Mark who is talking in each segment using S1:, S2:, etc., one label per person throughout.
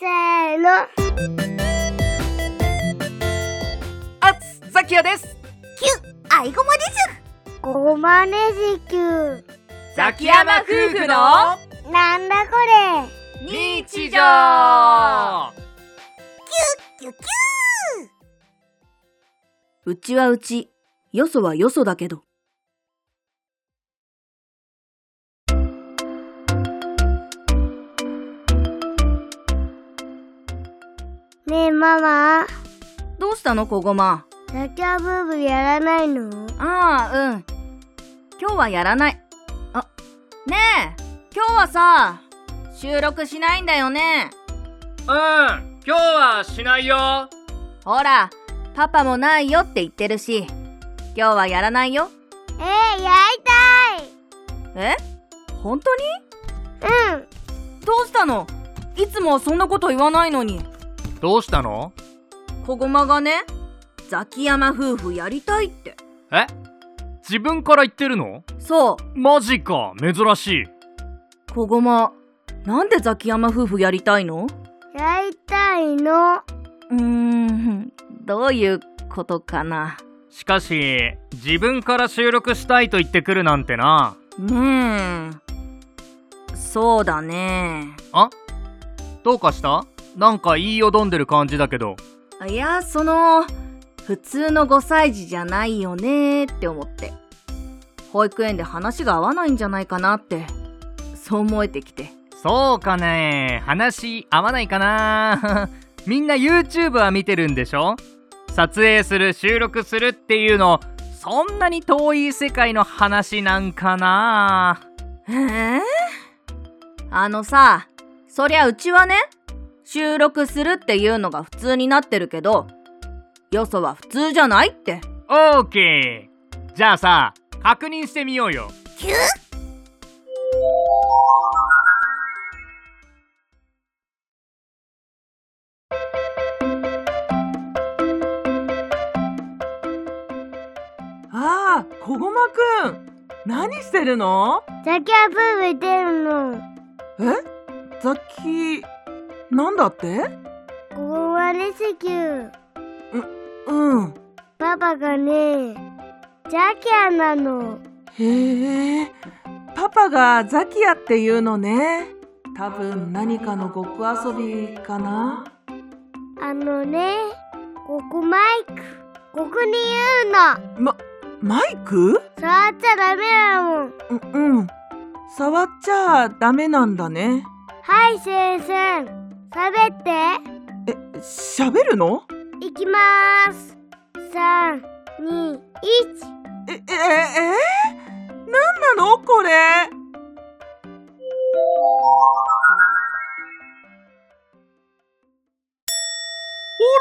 S1: の
S2: あつザキヤです
S3: キュアイゴマです
S1: ごまねじきゅ
S2: ザ
S3: キヤマ夫婦の
S1: うなんだこ
S2: 日常
S3: キュキュ
S4: うちはうち、よそはよそだけど。
S1: れねえママ
S4: どうしたの、こごま。
S1: ザキヤブーブーやらないの
S4: ああ、うん。今日はやらない。あ、ねえ、今日はさ、収録しないんだよね。
S2: うん今日はしないよ
S4: ほら、パパもないよって言ってるし、今日はやらないよ。
S1: えー、や
S4: え本当に
S1: りたいうん
S4: どうしたのいつもはそんなこと言わないのに。
S2: どうしたの
S4: こごまがね、ザキヤマ夫婦やりたいって。
S2: え自分から言ってるの
S4: そう、
S2: マジか珍しい
S4: こごま、なんでザキヤマ夫婦やりたいの
S1: やりたいの
S4: うーん、どういうことかな。
S2: しかし自分から収録したいと言ってくるなんてな
S4: ねえ。そうだね。
S2: あどうかしたなんか言いよどんでる感じだけど
S4: いや、その、普通の5歳児じゃないよねって思って。保育園で話が合わないんじゃないかなって、そう思えてきて。
S2: そうかね話合わないかな みんな YouTube は見てるんでしょ撮影する収録するっていうのそんなに遠い世界の話なんかな
S4: ええあのさ、そりゃうちはね、収録するっていうのが普通になってるけど、よそは普通じゃないって。
S2: オーケーじゃあさ確認してみようよ
S3: キュ
S5: ああ、こごまくん。何してるの
S1: ザキヤブーブー出るの
S5: えザキ、なんだって
S1: ごまねじきゅう
S5: うん。
S1: パパがねザキヤなの
S5: へえ、パパがザキヤっていうのね。多分何かのごっこ遊びかな。
S1: あのねここマイクここに言うの
S5: ま、マイク
S1: 触っちゃダメだもん
S5: う、うん。触っちゃダメなんだね。
S1: はい先生喋って
S5: え、喋るの
S1: いきます。三、二、一。
S5: え、え、え、えなんなのこれ。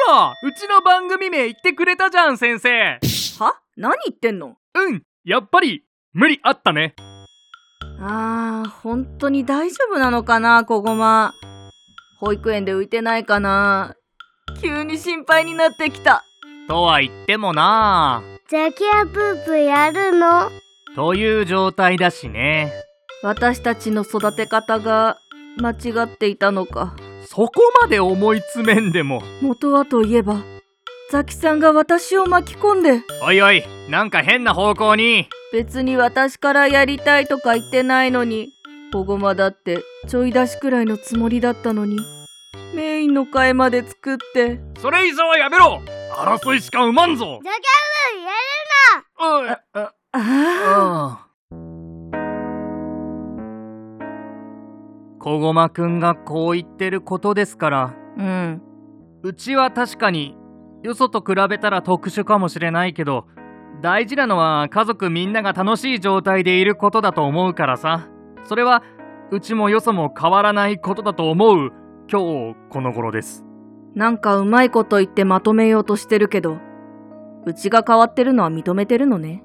S2: ほらうちの番組名言ってくれたじゃん先生
S4: は何言ってんの
S2: うんやっぱり無理あったね
S4: ああ、本当に大丈夫なのかな、こごま。保育園で浮いてないかな。急に心配になってきた。
S2: とは言ってもな
S1: ザキヤプープやるの
S2: という状態だしね
S4: 私たちの育て方が間違っていたのか。
S2: そこまで思い詰めんでも
S4: 元はといえば、ザキさんが私を巻き込んで、
S2: おいおいなんか変な方向に
S4: 別に私からやりたいとか言ってないのに、こごまだってちょい出しくらいのつもりだったのに、メインの会まで作って、
S2: それ以上はやめろ争いしか生まんぞ
S1: ザキヤプープや
S2: うんあ
S4: ああ、
S2: あ小駒くんがこう言ってることですから
S4: うん、
S2: うちは確かによそと比べたら特殊かもしれないけど大事なのは家族みんなが楽しい状態でいることだと思うからさそれはうちもよそも変わらないことだと思う今日この頃です
S4: なんかうまいこと言ってまとめようとしてるけど、うちが変わってるのは認めてるのね。